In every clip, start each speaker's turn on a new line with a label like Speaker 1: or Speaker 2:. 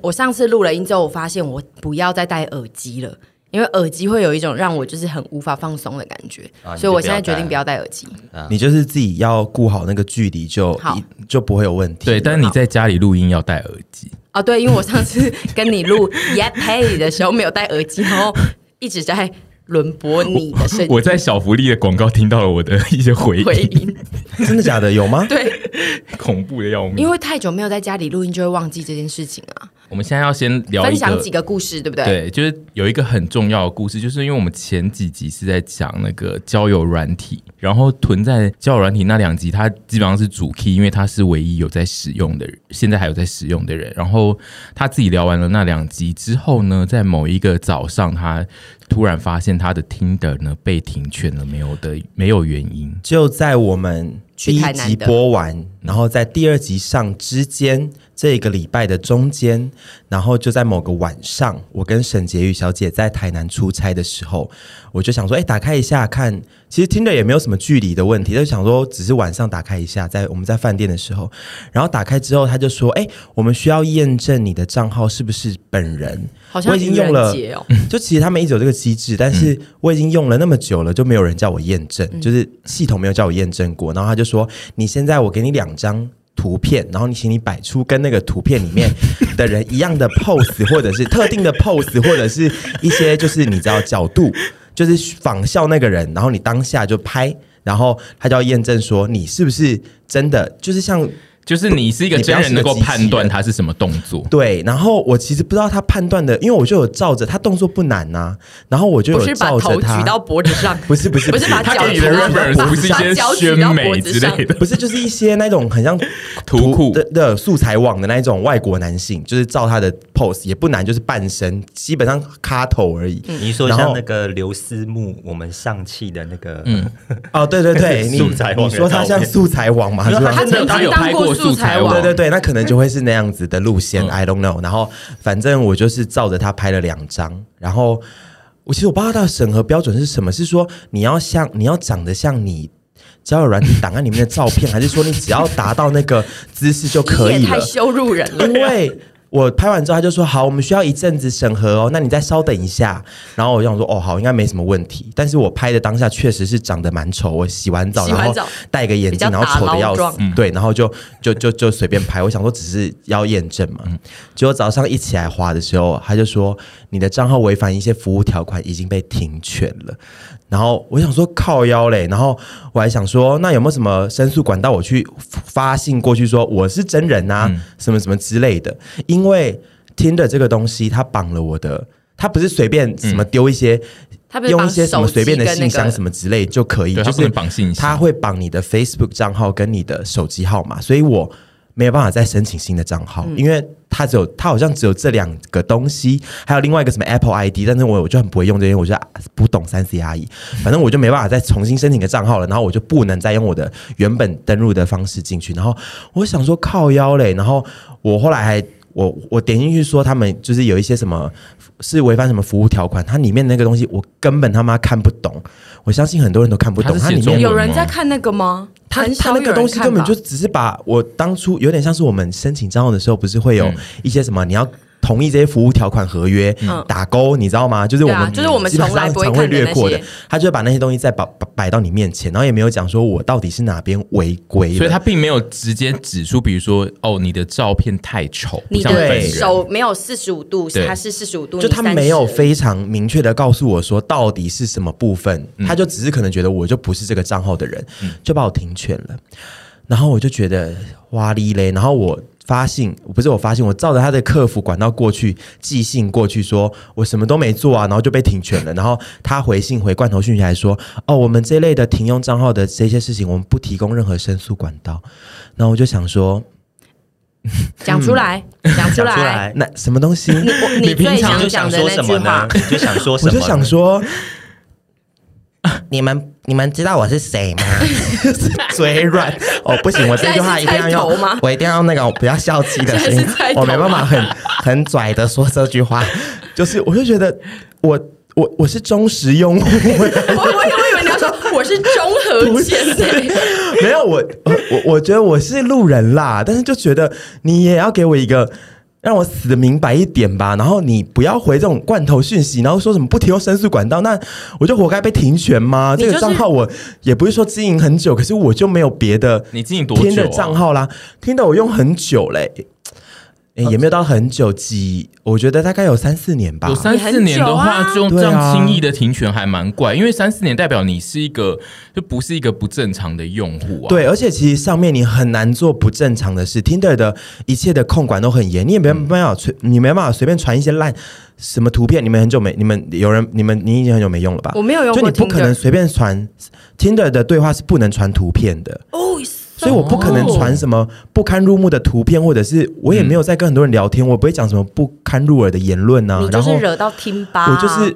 Speaker 1: 我上次录了音之后，我发现我不要再戴耳机了，因为耳机会有一种让我就是很无法放松的感觉，
Speaker 2: 啊你就
Speaker 1: 所以我现在
Speaker 2: 不
Speaker 1: 决
Speaker 2: 要戴
Speaker 1: 定不要戴耳机。
Speaker 2: 啊
Speaker 3: 你就是自己要顾好那个距离就，
Speaker 1: 好
Speaker 3: 一就不会有问题。
Speaker 4: 对，但是你在家里录音要戴耳机，
Speaker 1: 哦，对，因为我上次跟你录 Yet Pay 的时候没有戴耳机，然后一直在轮播你的声
Speaker 4: 我
Speaker 1: 音
Speaker 4: 在小福利的广告听到了我的一些回
Speaker 1: 回
Speaker 4: 音，
Speaker 1: 音。
Speaker 3: 真的假的？有 吗？
Speaker 1: 对，
Speaker 4: 恐怖的要命。
Speaker 1: 因为太久没有在家里录音，就会忘记这件事情啊。
Speaker 4: 我们现在要先聊
Speaker 1: 分
Speaker 4: 一
Speaker 1: 享
Speaker 4: 个
Speaker 1: 几，个故事，对不对？
Speaker 4: 对，就是有一个很重要的故事，就是因为我们前几集是在讲那个交友软体，然后囤在交友软体那两集，它基本上是主 key，因为他是唯一有在使用的人，现在还有在使用的人。然后他自己聊完了那两集之后呢，在某一个早上，他突然发现他的 Tinder 呢被停权了，没有的，没有原因。
Speaker 3: 就在我们
Speaker 1: 去
Speaker 3: 第一
Speaker 1: 台南
Speaker 3: 集
Speaker 1: 的
Speaker 3: 播完，然后在第二集上之间这个礼拜的中间，然后就在某个晚上，我跟沈婕妤小姐在台南出差的时候，我就想说，哎，打开一下看，其实听着也没有什么距离的问题，就想说只是晚上打开一下，在我们在饭店的时候，然后打开之后他就说，哎，我们需要验证你的账号是不是本人，
Speaker 1: 好像
Speaker 3: 我已经用了
Speaker 1: 愚人节哦，
Speaker 3: 就其实他们一直有这个机制，但
Speaker 1: 嗯
Speaker 3: 是我已经用了那么久了，就没有人叫我验证，就是系统没有叫我验证过。然后他就说：“你现在我给你两张图片，然后你请你摆出跟那个图片里面的人一样的 pose，或者是特定的 pose，或者是一些就是你知道角度，就是仿效那个人，然后你当下就拍。”然后他就要验证说你是不是真的，就是像
Speaker 4: 就是你是一个真人能够判断他是什么动作，
Speaker 3: 对，然后我其实不知道他判断的，因为我就有照着他动作不难呐、然后我就
Speaker 1: 不
Speaker 3: 有
Speaker 1: 是把
Speaker 3: 照
Speaker 1: 头
Speaker 3: 着
Speaker 1: 举到
Speaker 3: 他，
Speaker 1: 脖子上，
Speaker 3: 不是不是
Speaker 1: 不是把
Speaker 4: 他
Speaker 1: 脚
Speaker 4: 给你
Speaker 1: 举
Speaker 4: 的
Speaker 1: 到脖
Speaker 4: reference 不是一
Speaker 1: 把
Speaker 4: 些
Speaker 1: 脚举
Speaker 4: 宣
Speaker 1: 到脖
Speaker 4: 美
Speaker 1: 子
Speaker 4: 之
Speaker 1: 上
Speaker 4: 类。的，
Speaker 3: 不是就是一些那种很 像
Speaker 4: 图库
Speaker 3: 的的素材网的那一种外国男性，就是照他的 pose 也不难，就是半身，基本上卡头而
Speaker 1: 嗯
Speaker 3: 已。
Speaker 4: 嗯
Speaker 2: 你说
Speaker 3: 然
Speaker 2: 像
Speaker 3: 后
Speaker 2: 那个刘思慕，我们上汽的那个，
Speaker 4: 嗯
Speaker 3: 哦，对对对， 你
Speaker 2: 素材网
Speaker 3: 你说他像素材网吗？是吧
Speaker 1: 他曾
Speaker 4: 他
Speaker 1: 经
Speaker 4: 有
Speaker 1: 当
Speaker 4: 拍过
Speaker 1: 素
Speaker 4: 素
Speaker 1: 材
Speaker 4: 材
Speaker 1: 网嗯
Speaker 4: 网
Speaker 3: 对，对对，那可能就会是那样子的路线、i don't know。然后反正我就是照着他拍了两张，然后我其实我不知道他的审核标准是什么，是说你要像你要长得像你。交友软体档案里面的照片，还是说你只要达到那个姿势就可
Speaker 1: 你
Speaker 3: 以
Speaker 1: 也
Speaker 3: 了
Speaker 1: 太？羞辱人了
Speaker 3: 因。为我拍完之后，他就说好，我们需要一阵子审核哦，那你再稍等一下。然后我就想说哦，好，应该没什么问题。但是我拍的当下确实是长得蛮丑，我洗完澡
Speaker 1: 洗完
Speaker 3: 然后
Speaker 1: 澡
Speaker 3: 戴个眼
Speaker 1: 比较
Speaker 3: 镜，然后
Speaker 1: 打
Speaker 3: 丑的
Speaker 1: 捞
Speaker 3: 要
Speaker 1: 状嗯
Speaker 3: 死，对，然后就就就就随便拍。我想说只是要验证嘛。
Speaker 1: 嗯
Speaker 3: 结果早上一起来滑的时候，他就说你的账号违反一些服务条款，已经被停权了。然后我想说靠腰嘞，然后我还想说那有没有什么申诉管道我去发信过去说我是真人啊，什么什么之类的，因为 Tinder 这个东西它绑了我的，它不是随便什么丢一些。
Speaker 1: 他不是
Speaker 3: 用
Speaker 1: 绑
Speaker 3: 一些什么
Speaker 1: 手机
Speaker 3: 随便的
Speaker 1: 跟那
Speaker 3: 信箱
Speaker 1: 个
Speaker 3: 什么之类就可以，
Speaker 4: 对
Speaker 3: 就
Speaker 4: 它不
Speaker 3: 是
Speaker 4: 能绑信息
Speaker 3: 它会绑你的 Facebook 账号跟你的手机号码，所以我没有办法再申请新的账号，因为它只有它好像只有这两个东西，还有另外一个什么 Apple ID，但是我我就很不会用这些，我就不懂三 C 阿姨，反正我就没办法再重新申请个账号了，然后我就不能再用我的原本登录的方式进去，然后我想说靠腰嘞，然后我后来还。我我点进去说他们就是有一些什么是违反什么服务条款，它里面那个东西我根本他妈看不懂。我相信很多人都看不懂，
Speaker 4: 它是
Speaker 3: 它
Speaker 4: 写
Speaker 3: 里
Speaker 4: 中
Speaker 3: 面
Speaker 4: 文
Speaker 1: 有人在看那个吗？
Speaker 3: 它
Speaker 1: 很
Speaker 3: 它
Speaker 1: 少
Speaker 3: 那
Speaker 1: 有
Speaker 3: 个
Speaker 1: 人
Speaker 3: 东西
Speaker 1: 看
Speaker 3: 根本
Speaker 1: 吧
Speaker 3: 就只是把我当初有点像是我们申请账号的时候，不是会有
Speaker 4: 嗯
Speaker 3: 一些什么你要。同意这些服务条款合约、
Speaker 1: 嗯
Speaker 3: 打勾，你知道吗？就是我
Speaker 1: 对啊
Speaker 3: 们
Speaker 1: 就是我们
Speaker 3: 基本上
Speaker 1: 从来不会
Speaker 3: 常会
Speaker 1: 看的
Speaker 3: 略过
Speaker 1: 那
Speaker 3: 的
Speaker 1: 些，
Speaker 3: 他就会把那些东西再摆摆摆到你面前，然后也没有讲说我到底是哪边违规了，
Speaker 4: 所以他并没有直接指出，比如说哦，你的照片太丑，不
Speaker 1: 你
Speaker 4: 像本
Speaker 1: 的
Speaker 4: 人
Speaker 1: 手没有四十五度，
Speaker 4: 对
Speaker 1: 它是四十五度，
Speaker 3: 就
Speaker 1: 你
Speaker 3: 他没有
Speaker 1: 30
Speaker 3: 非常明确的告诉我说到底是什么部分，他就只是可能觉得我就不是这个账号的人，就把我停权了。然后我就觉得哇哩嘞，然后我发信不是我发信，我照着他的客服管道过去寄信过去说，我什么都没做啊，然后就被停权了。然后他回信回罐头讯息来说，哦，我们这类的停用账号的这些事情，我们不提供任何申诉管道。然后我就想说，
Speaker 1: 讲出来，
Speaker 3: 嗯
Speaker 1: 讲出
Speaker 2: 讲出
Speaker 1: 来
Speaker 2: 来。
Speaker 3: 哎那什么东西？
Speaker 1: 你我你最
Speaker 2: 平常就
Speaker 1: 讲
Speaker 2: 想
Speaker 1: 的
Speaker 2: 说
Speaker 1: 那
Speaker 2: 什
Speaker 1: 句
Speaker 2: 么呢
Speaker 1: 话，？
Speaker 2: 你就想说什
Speaker 3: 我
Speaker 2: 么？
Speaker 3: 就想， 说。
Speaker 5: 你们你们知道我是谁 吗？
Speaker 3: 嘴软哦，不行，我这句话一定要
Speaker 1: 现在是菜头
Speaker 3: 用
Speaker 1: 吗，
Speaker 3: 我一定要用那种比较校气的声
Speaker 1: 现在
Speaker 3: 音
Speaker 1: 是菜，头
Speaker 3: 我
Speaker 1: 吗
Speaker 3: 没办法很很拽的说这句话，就是我就觉得我我我是忠实用 户，
Speaker 1: 我我以为我以为你要说我是综合前 辈，
Speaker 3: 没有我我我我觉得我是路人啦，但是就觉得你也要给我一个让我死的明白一点吧。然后你不要回这种罐头讯息，然后说什么不提供申诉管道，那我就活该被停权吗？
Speaker 1: 你就是
Speaker 3: 这个账号我也不是说经营很久，可是我就没有别的
Speaker 4: 你经营多
Speaker 3: 听
Speaker 4: 久、啊
Speaker 3: 的账？号啦，听的我用很久嘞、诶也没有到很久，几我觉得大概有三四年吧
Speaker 4: 有。三
Speaker 1: 也很
Speaker 4: 四年的话，
Speaker 1: 久啊
Speaker 4: 就用
Speaker 3: 对
Speaker 4: 这样
Speaker 3: 啊
Speaker 4: 轻易的停权还蛮怪，因为三四年代表你是一个就不是一个不正常的用户啊。
Speaker 3: 对，而且其实上面你很难做不正常的事，Tinder 的一切的控管都很严，你也没办法随，
Speaker 1: 嗯
Speaker 3: 你没办法随便传一些烂什么图片。你们很久没，你们有人，你们你已经很久没用了吧？
Speaker 1: 我没有用
Speaker 3: 就
Speaker 1: 过
Speaker 3: 你不可能
Speaker 1: Tinder
Speaker 3: 随便传 Tinder 的对话是不能传图片的，
Speaker 1: 哦，
Speaker 3: 所以我不可能传什么不堪入目的图片，或者是我也没有在跟很多人聊天，我不会讲什么不堪入耳的言论啊
Speaker 1: 哦你。就
Speaker 3: 然后
Speaker 1: 是啊惹到听吧，
Speaker 3: 我就是、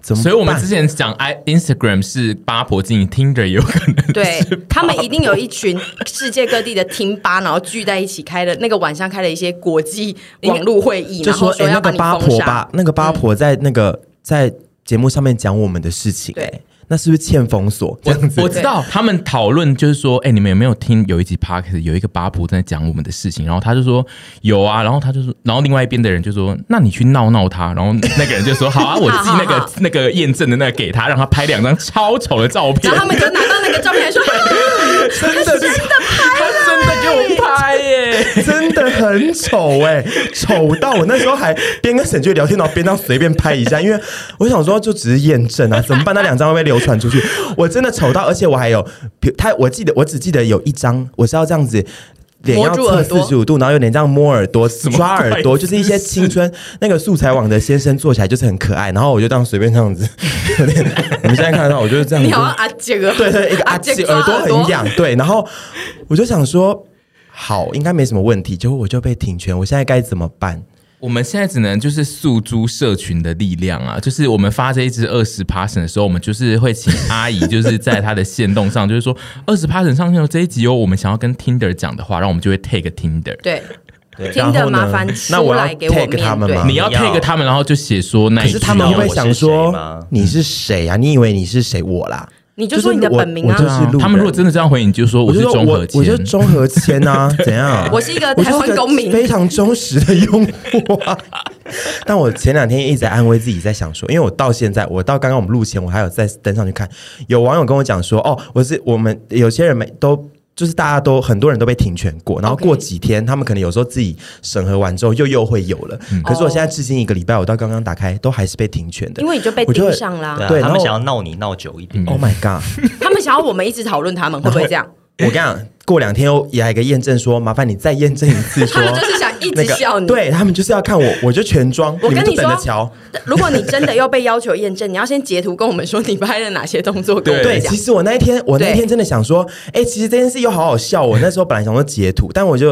Speaker 3: 怎么办？
Speaker 4: 所以，我们之前讲 i Instagram 是八婆经营，Tinder 也有可能。
Speaker 1: 对他们一定有一群世界各地的听吧，然后聚在一起开的那个晚上开了一些国际网络会议，
Speaker 3: 就
Speaker 1: 然后
Speaker 3: 说哎、
Speaker 1: 说
Speaker 3: 诶那
Speaker 1: 要把
Speaker 3: 个
Speaker 1: 你
Speaker 3: 八
Speaker 1: 封
Speaker 3: 婆
Speaker 1: 杀嗯
Speaker 3: 吧。，那个八婆在那个、在节目上面讲我们的事情、
Speaker 1: 对
Speaker 3: 诶那是不是欠封锁这样子？
Speaker 4: 我知道他们讨论就是说，哎、你们有没有听有一集 podcast 有一个八婆在讲我们的事情，然后他就说有啊，然后他就说，然后另外一边的人就说，那你去闹闹他，然后那个人就说好啊，我 寄那
Speaker 1: 好好
Speaker 4: 个
Speaker 1: 好
Speaker 4: 那个验证的那个给他，让他拍两张超丑的照
Speaker 1: 然
Speaker 4: 片
Speaker 1: 后，他们就拿到那个照片说，
Speaker 4: 真的真的拍，他真的给我拍耶。
Speaker 3: 真的很丑哎、丑到我那时候还边跟沈俊聊天，然后边这样随便拍一下，因为我想说就只是验证啊，怎么办？那两张会被流传出去，我真的丑到，而且我还有，比他我记得我只记得有一张我是要这样子。脸要
Speaker 1: 摸住
Speaker 3: 侧
Speaker 1: 耳朵
Speaker 3: 四十五度，然后有点这样摸耳朵、
Speaker 4: 么
Speaker 3: 抓耳朵，
Speaker 4: 鬼
Speaker 3: 就是一些
Speaker 4: 姿势
Speaker 3: 青春那个素材网的先生做起来就是很可爱，然后我就这样随便这样子，有点。你们现在看得到，我就是这样子。
Speaker 1: 你好像阿杰哥，
Speaker 3: 对对，一个阿姐
Speaker 1: 抓
Speaker 3: 耳朵很。痒，对，然后我就想说，好，应该没什么问题，结果我就被停权，我现在该怎么办？
Speaker 4: 我们现在只能就是诉诸社群的力量啊，就是我们发这一支二十 passion 的时候，我们就是会请阿姨，就是在她的线动上，就是说二十 passion 上线有这一集哦，我们想要跟 Tinder 讲的话，然后我们就会 take Tinder。
Speaker 1: 对，
Speaker 3: 对
Speaker 1: 听
Speaker 3: 然
Speaker 1: 的
Speaker 3: 后呢
Speaker 1: 麻烦出
Speaker 3: 那我要
Speaker 1: 来给我
Speaker 3: tag 他们
Speaker 1: 面
Speaker 3: 吗
Speaker 1: 对？
Speaker 4: 你啊要
Speaker 2: 你要
Speaker 4: take 他们，然后就写说那
Speaker 3: 可
Speaker 4: 一句
Speaker 3: 是
Speaker 4: 哦。
Speaker 3: 他们会不会想
Speaker 2: 我是谁
Speaker 3: 说
Speaker 2: 吗
Speaker 3: 你是谁啊？你以为你是谁？我啦，
Speaker 1: 你就说你的
Speaker 3: 是我
Speaker 1: 本名
Speaker 3: 我就
Speaker 1: 啊。
Speaker 3: 是路
Speaker 4: 他们如果
Speaker 3: 人
Speaker 4: 真的这样回你，就说
Speaker 3: 我
Speaker 4: 是
Speaker 3: 就说
Speaker 4: 中和
Speaker 3: 我
Speaker 4: 谦
Speaker 3: 我就是中和签啊， 怎样？
Speaker 1: 我是一个
Speaker 3: 我就
Speaker 1: 台湾
Speaker 3: 个
Speaker 1: 公民
Speaker 3: 非常忠实的用户、啊。 但我前两天一直在安慰自己，在想说，因为我到现在，我到刚刚我们录前，我还有再登上去看，有网友跟我讲说，哦，我是我们有些人没都。就是大家都很多人都被停权过，然后
Speaker 1: OK
Speaker 3: 过几天他们可能有时候自己审核完之后又又会有了。
Speaker 1: 哦
Speaker 3: 可是我现在至今一个礼拜，我到刚刚打开都还是被停权的
Speaker 1: 因。为你就被
Speaker 3: 我就
Speaker 1: 盯
Speaker 3: 会
Speaker 1: 上啦、
Speaker 2: 对啊
Speaker 3: 对
Speaker 2: 他
Speaker 3: 然
Speaker 2: 们
Speaker 3: 后
Speaker 2: 想要闹你闹久一点。
Speaker 3: Oh my god！
Speaker 1: 他们想要我们一直讨论他们，会不会这样？
Speaker 3: 我跟你讲，过两天又也来一个验证说，麻烦你再验证一次
Speaker 1: 他
Speaker 3: 说，
Speaker 1: 们就是想一直
Speaker 3: 那个
Speaker 1: 笑你。
Speaker 3: 对他们就是要看我，我就全装，
Speaker 1: 我跟
Speaker 3: 们就
Speaker 1: 你
Speaker 3: 等着
Speaker 1: 说
Speaker 3: 瞧。
Speaker 1: 如果你真的要被要求验证，你要先截图跟我们说你拍了哪些动作，跟我
Speaker 3: 对，
Speaker 1: 们讲
Speaker 3: 其。实我那一天，我那
Speaker 1: 对
Speaker 3: 一天真的想说，哎、其实这件事又好好 笑。我那时候本来想说截图，但我就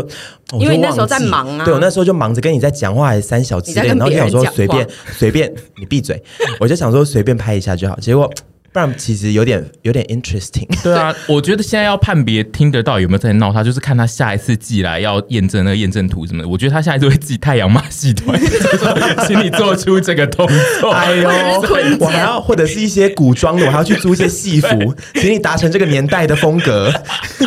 Speaker 3: 我
Speaker 1: 因为
Speaker 3: 就
Speaker 1: 你那时候
Speaker 3: 忘记
Speaker 1: 在忙啊
Speaker 3: 对我那时候就忙着跟你在讲话，还是三小之类的，
Speaker 1: 你在跟
Speaker 3: 然后就
Speaker 1: 别人
Speaker 3: 想说
Speaker 1: 讲话
Speaker 3: 随便随便你闭嘴，我就想说随便拍一下就好。结果不然其实有点有点 interesting。
Speaker 4: 对啊， 我觉得现在要判别 Tinder 到底有没有在闹他，就是看他下一次寄来要验证那个验证图什么的。我觉得他下一次会寄太阳马戏团， 就是说请你做出这个动作。
Speaker 3: 哎呦
Speaker 1: 或者是昆剪，
Speaker 3: 我还要或者是一些古装的，我还要去租一些戏服，请你达成这个年代的风格。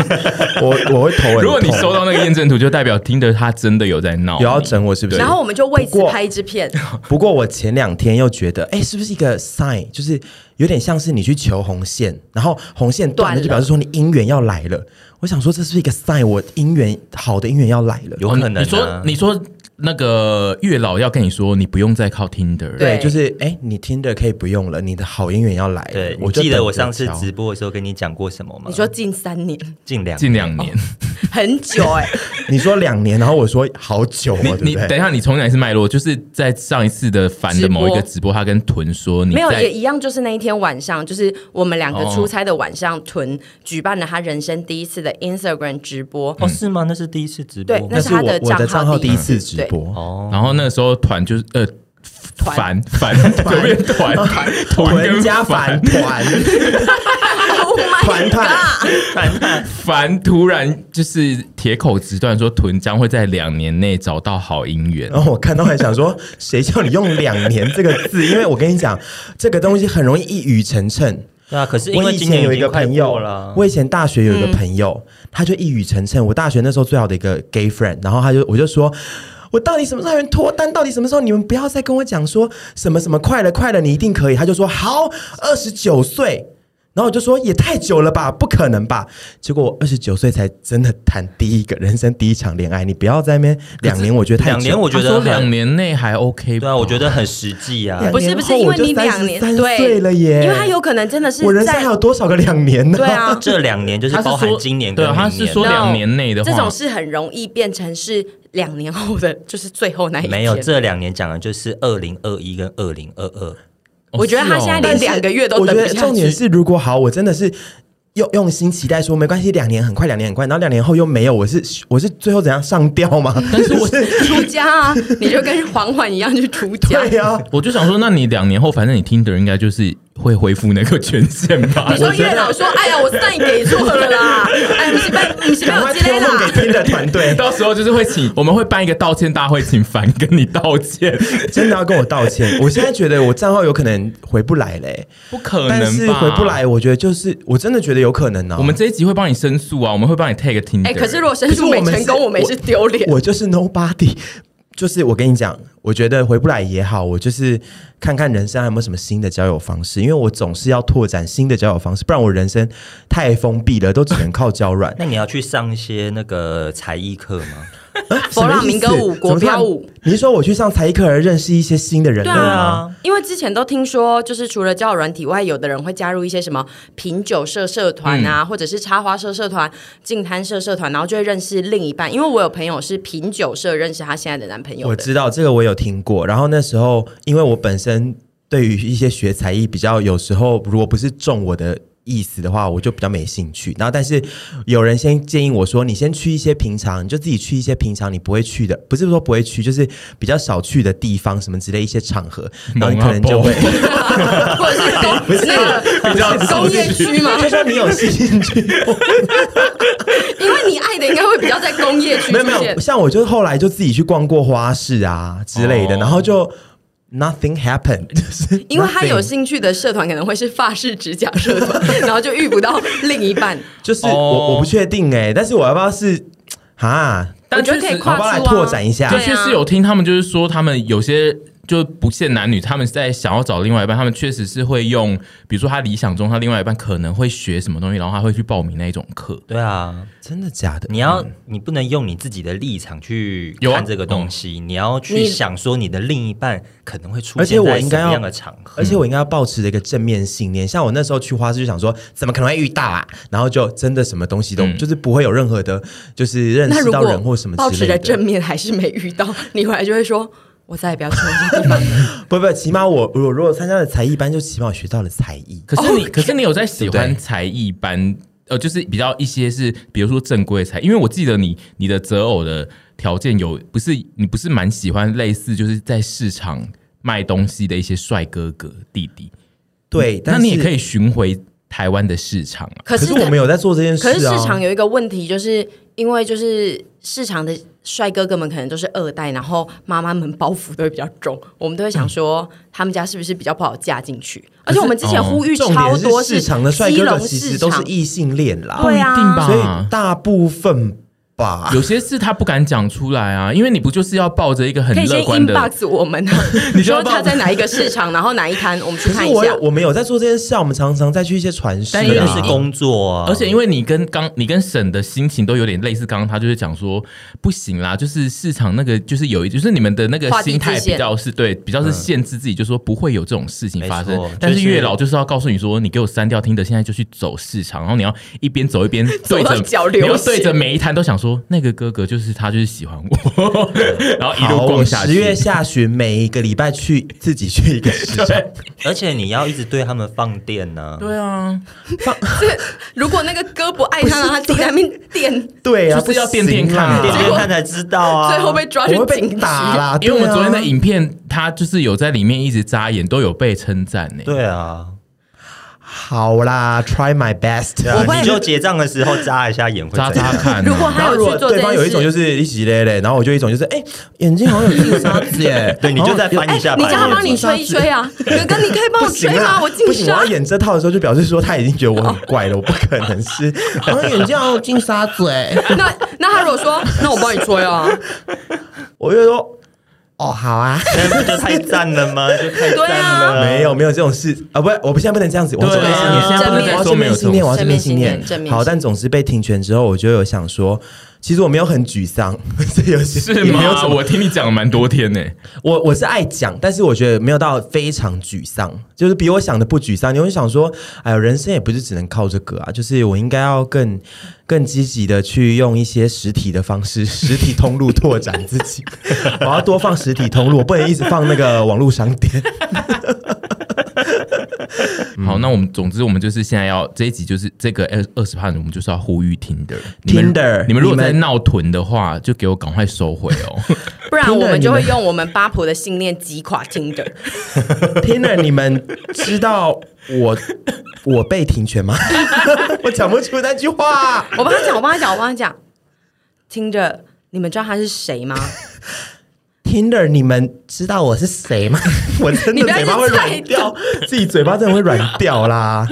Speaker 3: 我我会头很痛。
Speaker 4: 如果你收到那个验证图，就代表 Tinder 他真的有啊在闹你，
Speaker 3: 有要整我是不是？
Speaker 1: 然后我们就为此
Speaker 3: 不过
Speaker 1: 拍一支片，
Speaker 3: 不过我前两天又觉得，哎、是不是一个 sign？就是有点像是你去求红线，然后红线断
Speaker 1: 断了
Speaker 3: 了，就表示说你姻缘要来了。我想说，这是不是一个 sign？我姻缘好的姻缘要来了。
Speaker 2: 有可能、啊
Speaker 4: 哦你说你说那个月老要跟你说，你不用再靠 Tinder。
Speaker 1: 对
Speaker 3: 对，就是哎、你听的可以不用了，你的好姻缘要来了。
Speaker 2: 对，我
Speaker 3: 我就
Speaker 2: 记得
Speaker 3: 等
Speaker 2: 我
Speaker 3: 着
Speaker 2: 上次
Speaker 3: 瞧
Speaker 2: 直播的时候跟你讲过什么吗？
Speaker 1: 你说近三年
Speaker 2: 近两
Speaker 4: 近两年，
Speaker 1: 很久 哎、
Speaker 3: 你说两年，然后我说好久、哦，
Speaker 4: 你
Speaker 3: 对不
Speaker 4: 你
Speaker 3: 对
Speaker 4: 等一下，你重讲一次脉络，就是在上一次的凡的某一个直播，他跟屯说你
Speaker 1: 没有
Speaker 4: 在
Speaker 1: 也一样，就是那一天晚上，就是我们两个
Speaker 3: 哦
Speaker 1: 出差的晚上，屯举办了他人生第一次的 Instagram 直播，
Speaker 2: 哦，是吗？那是第一次直播
Speaker 1: 对
Speaker 2: 吗，
Speaker 1: 那
Speaker 3: 那
Speaker 1: 是
Speaker 3: 是
Speaker 1: 他
Speaker 3: 我
Speaker 1: 的
Speaker 3: 我的
Speaker 1: 账
Speaker 3: 账
Speaker 1: 号
Speaker 3: 号
Speaker 1: 第一
Speaker 3: 第一
Speaker 1: 次
Speaker 3: 次直播，
Speaker 2: 哦，
Speaker 4: 然后那个时候团就是呃，
Speaker 1: 团
Speaker 4: 团 团左边团团
Speaker 3: 团
Speaker 4: 跟
Speaker 3: 加反团
Speaker 1: Oh my
Speaker 3: 团
Speaker 1: god！
Speaker 3: 团，
Speaker 4: 凡突然就是铁口直断说屯将会在两年内找到好姻 缘。
Speaker 2: 哦
Speaker 3: 然后我看到还想说，谁叫你用两年这个字？因为我跟你讲，这个东西很容易一语成谶。
Speaker 2: 对啊，可是因
Speaker 3: 我
Speaker 2: 为
Speaker 3: 以
Speaker 2: 今
Speaker 3: 前
Speaker 2: 年
Speaker 3: 有
Speaker 2: 已
Speaker 3: 一个
Speaker 2: 经快
Speaker 3: 朋
Speaker 2: 过
Speaker 3: 友
Speaker 2: 了啊，
Speaker 3: 我以前大学有一个朋友，他就一语成谶。我大学那时候最好的一个 gay friend，然后他就我就说。我到底什么时候才能脱单？到底什么时候？你们不要再跟我讲说什么什么快了快了，你一定可以。他就说好，二十九岁。然后我就说也太久了吧，不可能吧？结果我二十九岁才真的谈第一个人生第一场恋爱，你不要在那边两年，我觉得太久
Speaker 2: 两年我觉
Speaker 4: 他
Speaker 2: 得
Speaker 4: 说两
Speaker 2: 很，
Speaker 4: 年内还 OK，
Speaker 2: 对啊，我觉得很实际啊。
Speaker 3: 两
Speaker 1: 不是
Speaker 3: 年
Speaker 1: 不是，
Speaker 3: 后
Speaker 1: 因
Speaker 3: 我
Speaker 1: 为
Speaker 3: 就
Speaker 1: 你两年
Speaker 3: 33
Speaker 1: 对
Speaker 3: 岁了耶
Speaker 1: 因为他有可能真的是
Speaker 3: 我人生
Speaker 1: 在
Speaker 3: 还有多少个两年呢？
Speaker 1: 对啊，
Speaker 2: 这两年就是
Speaker 4: 他是
Speaker 2: 包含
Speaker 4: 说
Speaker 2: 今年跟
Speaker 4: 对啊，
Speaker 2: 明
Speaker 4: 他
Speaker 2: 年，
Speaker 4: 是说两年内的话，
Speaker 1: 这种是很容易变成是两年后的，就是最后那一天。
Speaker 2: 没有这两年讲的就是二零二一跟二零二二。。
Speaker 4: 哦
Speaker 1: 我觉得他
Speaker 4: 是哦
Speaker 1: 现在
Speaker 3: 但
Speaker 1: 连
Speaker 3: 是
Speaker 1: 两个月都
Speaker 3: 我
Speaker 1: 等
Speaker 3: 觉
Speaker 1: 不下
Speaker 3: 得
Speaker 1: 去。
Speaker 3: 重点是，如果好，我真的是用用心期待说没关系，两年很快，两年很快，然后两年后又没有，我是我是最后怎样上吊吗？但是我
Speaker 1: 出家啊，你就跟缓缓一样去出家。
Speaker 3: 对啊呀、
Speaker 4: 我就想说，那你两年后，反正你听的应该就是会恢复那个权限 吧，
Speaker 1: 你？说月老说：“哎呀，我算给错了啦，哎，你是被你是被
Speaker 3: 赶
Speaker 1: 我
Speaker 3: 快
Speaker 1: 接
Speaker 3: 推
Speaker 1: 累
Speaker 3: 送
Speaker 1: 啦。
Speaker 3: 给听的团队
Speaker 4: 到时候就是会请，我们会办一个道歉大会，请凡跟你道歉，
Speaker 3: 真的要跟我道歉。我现在觉得我账号有可能回不来嘞、
Speaker 4: 不可能吧？
Speaker 3: 但是回不来，我觉得就是我真的觉得有可能呢、哦
Speaker 4: 我们这一集会帮你申诉啊，我们会帮你 take 听。”
Speaker 1: 哎，可是如果申诉没
Speaker 3: 可是我们
Speaker 1: 成
Speaker 3: 是
Speaker 1: 功，我们也是丢脸。
Speaker 3: 我就是 nobody，就是我跟你讲，我觉得回不来也好，我就是看看人生还有没有什么新的交友方式，因为我总是要拓展新的交友方式，不然我人生太封闭了，都只能靠交软
Speaker 2: 那你要去上一些那个才艺课吗？
Speaker 1: 佛朗明哥舞国标舞。
Speaker 3: 你是说我去上才艺课而认识一些新的人类
Speaker 1: 对
Speaker 2: 啊
Speaker 3: 吗？，
Speaker 1: 因为之前都听说，就是除了交友软体外，有的人会加入一些什么品酒社社团啊，
Speaker 3: 嗯
Speaker 1: 或者是插花社社团、净滩社社团，然后就会认识另一半。因为我有朋友是品酒社认识她现在的男朋友
Speaker 3: 我
Speaker 1: 的，
Speaker 3: 知道这个我有听过，然后那时候因为我本身对于一些学才艺比较，有时候如果不是中我的。意思的话，我就比较没兴趣。然后，但是有人先建议我说：“你先去一些平常，你就自己去一些平常你不会去的，不是说不会去，就是比较少去的地方，什么之类一些场 合，然后你可能就会。
Speaker 4: 猛啊
Speaker 1: 或者是工那 个
Speaker 4: 比较
Speaker 1: 工业区吗？
Speaker 3: 就说你有兴趣，
Speaker 1: 因为你爱的应该会比较在工业区
Speaker 3: 没有没
Speaker 1: 出现
Speaker 3: 有，。像我就是后来就自己去逛过花市啊之类的，
Speaker 4: 哦
Speaker 3: 然后就 nothing happened，就是
Speaker 1: 因为他
Speaker 3: nothing
Speaker 1: 有兴趣的社团可能会是发式指甲社团， 然后就遇不到另一半。
Speaker 3: 就是
Speaker 4: 哦
Speaker 3: 我我不确定哎、但是我要不要是啊？
Speaker 1: 我
Speaker 4: 但
Speaker 1: 觉
Speaker 4: 确
Speaker 1: 得可以
Speaker 4: 实，
Speaker 1: 跨
Speaker 3: 好
Speaker 1: 出
Speaker 3: 吧
Speaker 1: 啊，
Speaker 3: 来拓展一下
Speaker 4: 的
Speaker 1: 对
Speaker 4: 确
Speaker 1: 啊
Speaker 4: 是有听他们就是说，他们有些。就不限男女，他们在想要找另外一半，他们确实是会用，比如说他理想中他另外一半可能会学什么东西，然后他会去报名那一种课。
Speaker 2: 对啊，
Speaker 3: 真的假
Speaker 1: 嗯
Speaker 3: 的？
Speaker 2: 你要、你不能用你自己的立场去
Speaker 4: 有啊
Speaker 2: 看这个东西，你要去
Speaker 1: 你
Speaker 2: 想说你的另一半可能会出
Speaker 3: 而且
Speaker 2: 现
Speaker 3: 我
Speaker 2: 在
Speaker 3: 应该
Speaker 2: 什么
Speaker 3: 要
Speaker 2: 样的场合。
Speaker 3: 而且我应该要保持着一个正面信念，像我那时候去花市就想说，怎么可能会遇到啊？然后就真的什么东西都、
Speaker 4: 嗯
Speaker 3: 就是不会有任何的，就是认
Speaker 1: 那
Speaker 3: 识
Speaker 1: 如
Speaker 3: 到人或
Speaker 1: 果
Speaker 3: 什么
Speaker 1: 保
Speaker 3: 之
Speaker 1: 持
Speaker 3: 类
Speaker 1: 着
Speaker 3: 的
Speaker 1: 正。面还是没遇到， 你回来就会说。我再也不要去那些地方。
Speaker 3: 不不，起码我我如果参加了才艺班，就起码我学到了才艺。
Speaker 4: 可
Speaker 1: 哦
Speaker 4: 是你，可是你有在喜
Speaker 3: 对
Speaker 4: 欢
Speaker 3: 不
Speaker 4: 才艺班？呃，就是比较一些是，比如说正规的才，因为我记得你你的择偶的条件有不是你不是蛮喜欢类似就是在市场卖东西的一些帅哥哥弟弟，
Speaker 1: 嗯
Speaker 3: 对，但
Speaker 4: 那
Speaker 3: 是
Speaker 4: 你也可以巡回台湾的市场啊。
Speaker 1: 可
Speaker 3: 可
Speaker 1: 是
Speaker 3: 是我们有在做这件事、啊，
Speaker 1: 可是市场有一个问题，就是因为就是市场的帅哥哥们可能都是二代，然后妈妈们包袱都会比较重，我们都会
Speaker 3: 嗯
Speaker 1: 想说他们家是不是比较不好嫁进去？而且我们之前呼吁
Speaker 3: 哦重
Speaker 1: 超
Speaker 3: 点
Speaker 1: 多
Speaker 3: 是市场的帅
Speaker 1: 基
Speaker 3: 哥
Speaker 1: 隆
Speaker 3: 哥其
Speaker 1: 市
Speaker 3: 实都是
Speaker 1: 场，
Speaker 3: 异性恋啦，
Speaker 1: 对啊
Speaker 4: 不一定吧？
Speaker 3: 所以大部分吧。
Speaker 4: 有些事他不敢讲出来啊，因为你不就是要抱着一个很
Speaker 1: 可以
Speaker 4: 乐
Speaker 1: 先
Speaker 4: 观的，
Speaker 1: inbox 我 们啊，
Speaker 4: 你就要
Speaker 1: 说
Speaker 4: 报
Speaker 1: 他在哪一个市场，然后哪一摊，我们去
Speaker 3: 可是
Speaker 1: 看一
Speaker 3: 我
Speaker 1: 下
Speaker 3: 有。我们有在做这件事啊，我们常常在去一些传世、啊，
Speaker 4: 但
Speaker 2: 因为
Speaker 4: 对
Speaker 2: 那
Speaker 4: 啊
Speaker 2: 是工作啊，
Speaker 4: 而且因为你跟刚你跟沈的心情都有点类似，刚刚他就是讲说不行啦，就是市场那个就是有一就是你们的那个
Speaker 1: 画地
Speaker 4: 心态
Speaker 1: 自限
Speaker 4: 比较是对比
Speaker 3: 嗯
Speaker 4: 较是限制自己，就说不会有这种事情发
Speaker 2: 没
Speaker 4: 生
Speaker 2: 错。
Speaker 4: 但是
Speaker 2: 就是
Speaker 4: 月老就是要告诉你说，你给我删掉听的，现在就去走市场，然后你要一边走一 边对
Speaker 1: 到
Speaker 4: 着
Speaker 1: 脚
Speaker 4: 你
Speaker 1: 流血
Speaker 4: 要对着每一摊都想说那个哥哥就是他就是喜 欢我，然后一
Speaker 3: 好
Speaker 4: 路
Speaker 3: 我
Speaker 4: 逛下去。
Speaker 3: 十月下旬每一个礼拜去自己去一个市场，
Speaker 2: 而且你要一直对他们放电呢、
Speaker 4: 对啊，
Speaker 1: 如果那个哥不爱他，让他自己在那边垫，
Speaker 3: 对啊，
Speaker 4: 就是要
Speaker 3: 不行啦
Speaker 4: 垫垫看啊
Speaker 2: 点点看才知道啊。
Speaker 1: 最后被抓去
Speaker 3: 我会
Speaker 1: 警局。
Speaker 3: 被打啦，
Speaker 4: 因为我们昨天的
Speaker 3: 对啊
Speaker 4: 影片，他就是有在里面一直眨眼，都有被称赞呢。
Speaker 2: 对啊，
Speaker 3: 好啦，try my best
Speaker 2: 对啊
Speaker 1: 我会
Speaker 2: 你就结账的时候眨一下眼会
Speaker 4: 眨
Speaker 2: 怎
Speaker 4: 眨
Speaker 2: 样？，
Speaker 4: 看啊，
Speaker 1: 如果他
Speaker 3: 然后
Speaker 1: 有
Speaker 3: 如
Speaker 1: 去
Speaker 3: 果
Speaker 1: 做这
Speaker 3: 对
Speaker 1: 件
Speaker 3: 方
Speaker 1: 事，
Speaker 3: 有一种就是一起咧咧，然后我就一种就是哎、眼睛好像有金沙子 耶
Speaker 2: 对你就
Speaker 3: 哎
Speaker 2: 再翻一下
Speaker 1: 你
Speaker 2: 白
Speaker 1: 叫他
Speaker 2: 眼
Speaker 1: 帮 你吹一吹 啊，哥哥，你可以帮我
Speaker 3: 不行
Speaker 1: 吹
Speaker 3: 啦
Speaker 1: 吗？我
Speaker 3: 不
Speaker 1: 进
Speaker 3: 行，我
Speaker 1: 沙
Speaker 3: 要。 演这套的时候就表示说他已经觉得我很怪了，我不可能是。哦
Speaker 5: 好像眼镜要进沙嘴，
Speaker 1: 那那他如果说，那我帮你吹啊，
Speaker 3: 我我就说
Speaker 5: 哦，好啊，
Speaker 2: 那哎不就太赞了吗？就太
Speaker 1: 对
Speaker 2: 赞
Speaker 1: 啊
Speaker 2: 了，
Speaker 3: 没有没有这种事啊，不，我不现在不能这样子，我要
Speaker 4: 对
Speaker 3: 正面信念，
Speaker 1: 你现在不能再
Speaker 3: 我要
Speaker 4: 说
Speaker 3: 正
Speaker 4: 没有
Speaker 3: 面
Speaker 4: 这
Speaker 3: 信
Speaker 4: 种
Speaker 3: 念，我要
Speaker 1: 事
Speaker 3: 正面信念
Speaker 1: 正面信念正面信念
Speaker 3: 好，但总之被停权之后，我就有想说，其实我没有很沮丧， 所以有些
Speaker 4: 是
Speaker 3: 也没有
Speaker 4: 吗？
Speaker 3: 什么
Speaker 4: 我听你讲了蛮多天呢、
Speaker 3: 我我是爱讲，但是我觉得没有到非常沮丧，就是比我想的不沮丧。你会想说，哎呦，人生也不是只能靠这个啊，就是我应该要更更积极的去用一些实体的方式， 实体通路拓展自己。 我要多放实体通路，我不能一直放那个网络商店。
Speaker 4: 好，那我们总之我们就是现在要这一集就是这个二二十趴，我们就是要呼吁 Tinder。你们
Speaker 3: Tinder，
Speaker 4: 你们如果在
Speaker 3: 你们
Speaker 4: 闹屯的话，就给我赶快收回哦。
Speaker 1: 不然我
Speaker 3: Tinder，
Speaker 1: 们就会
Speaker 3: 你们
Speaker 1: 用我们八婆的信念击垮 Tinder。
Speaker 3: 天哪，你们知道我 我被停权吗？ 我讲不出那句话。
Speaker 1: 我帮他讲，我帮他讲，我帮他讲。Tinder，你们知道他是谁吗？
Speaker 3: Tinder，你们
Speaker 5: 知道我是谁吗？
Speaker 3: 我真的
Speaker 1: 你不要
Speaker 3: 嘴巴
Speaker 1: 一直
Speaker 3: 会
Speaker 1: 猜
Speaker 3: 软掉，自己嘴巴真的会软掉啦。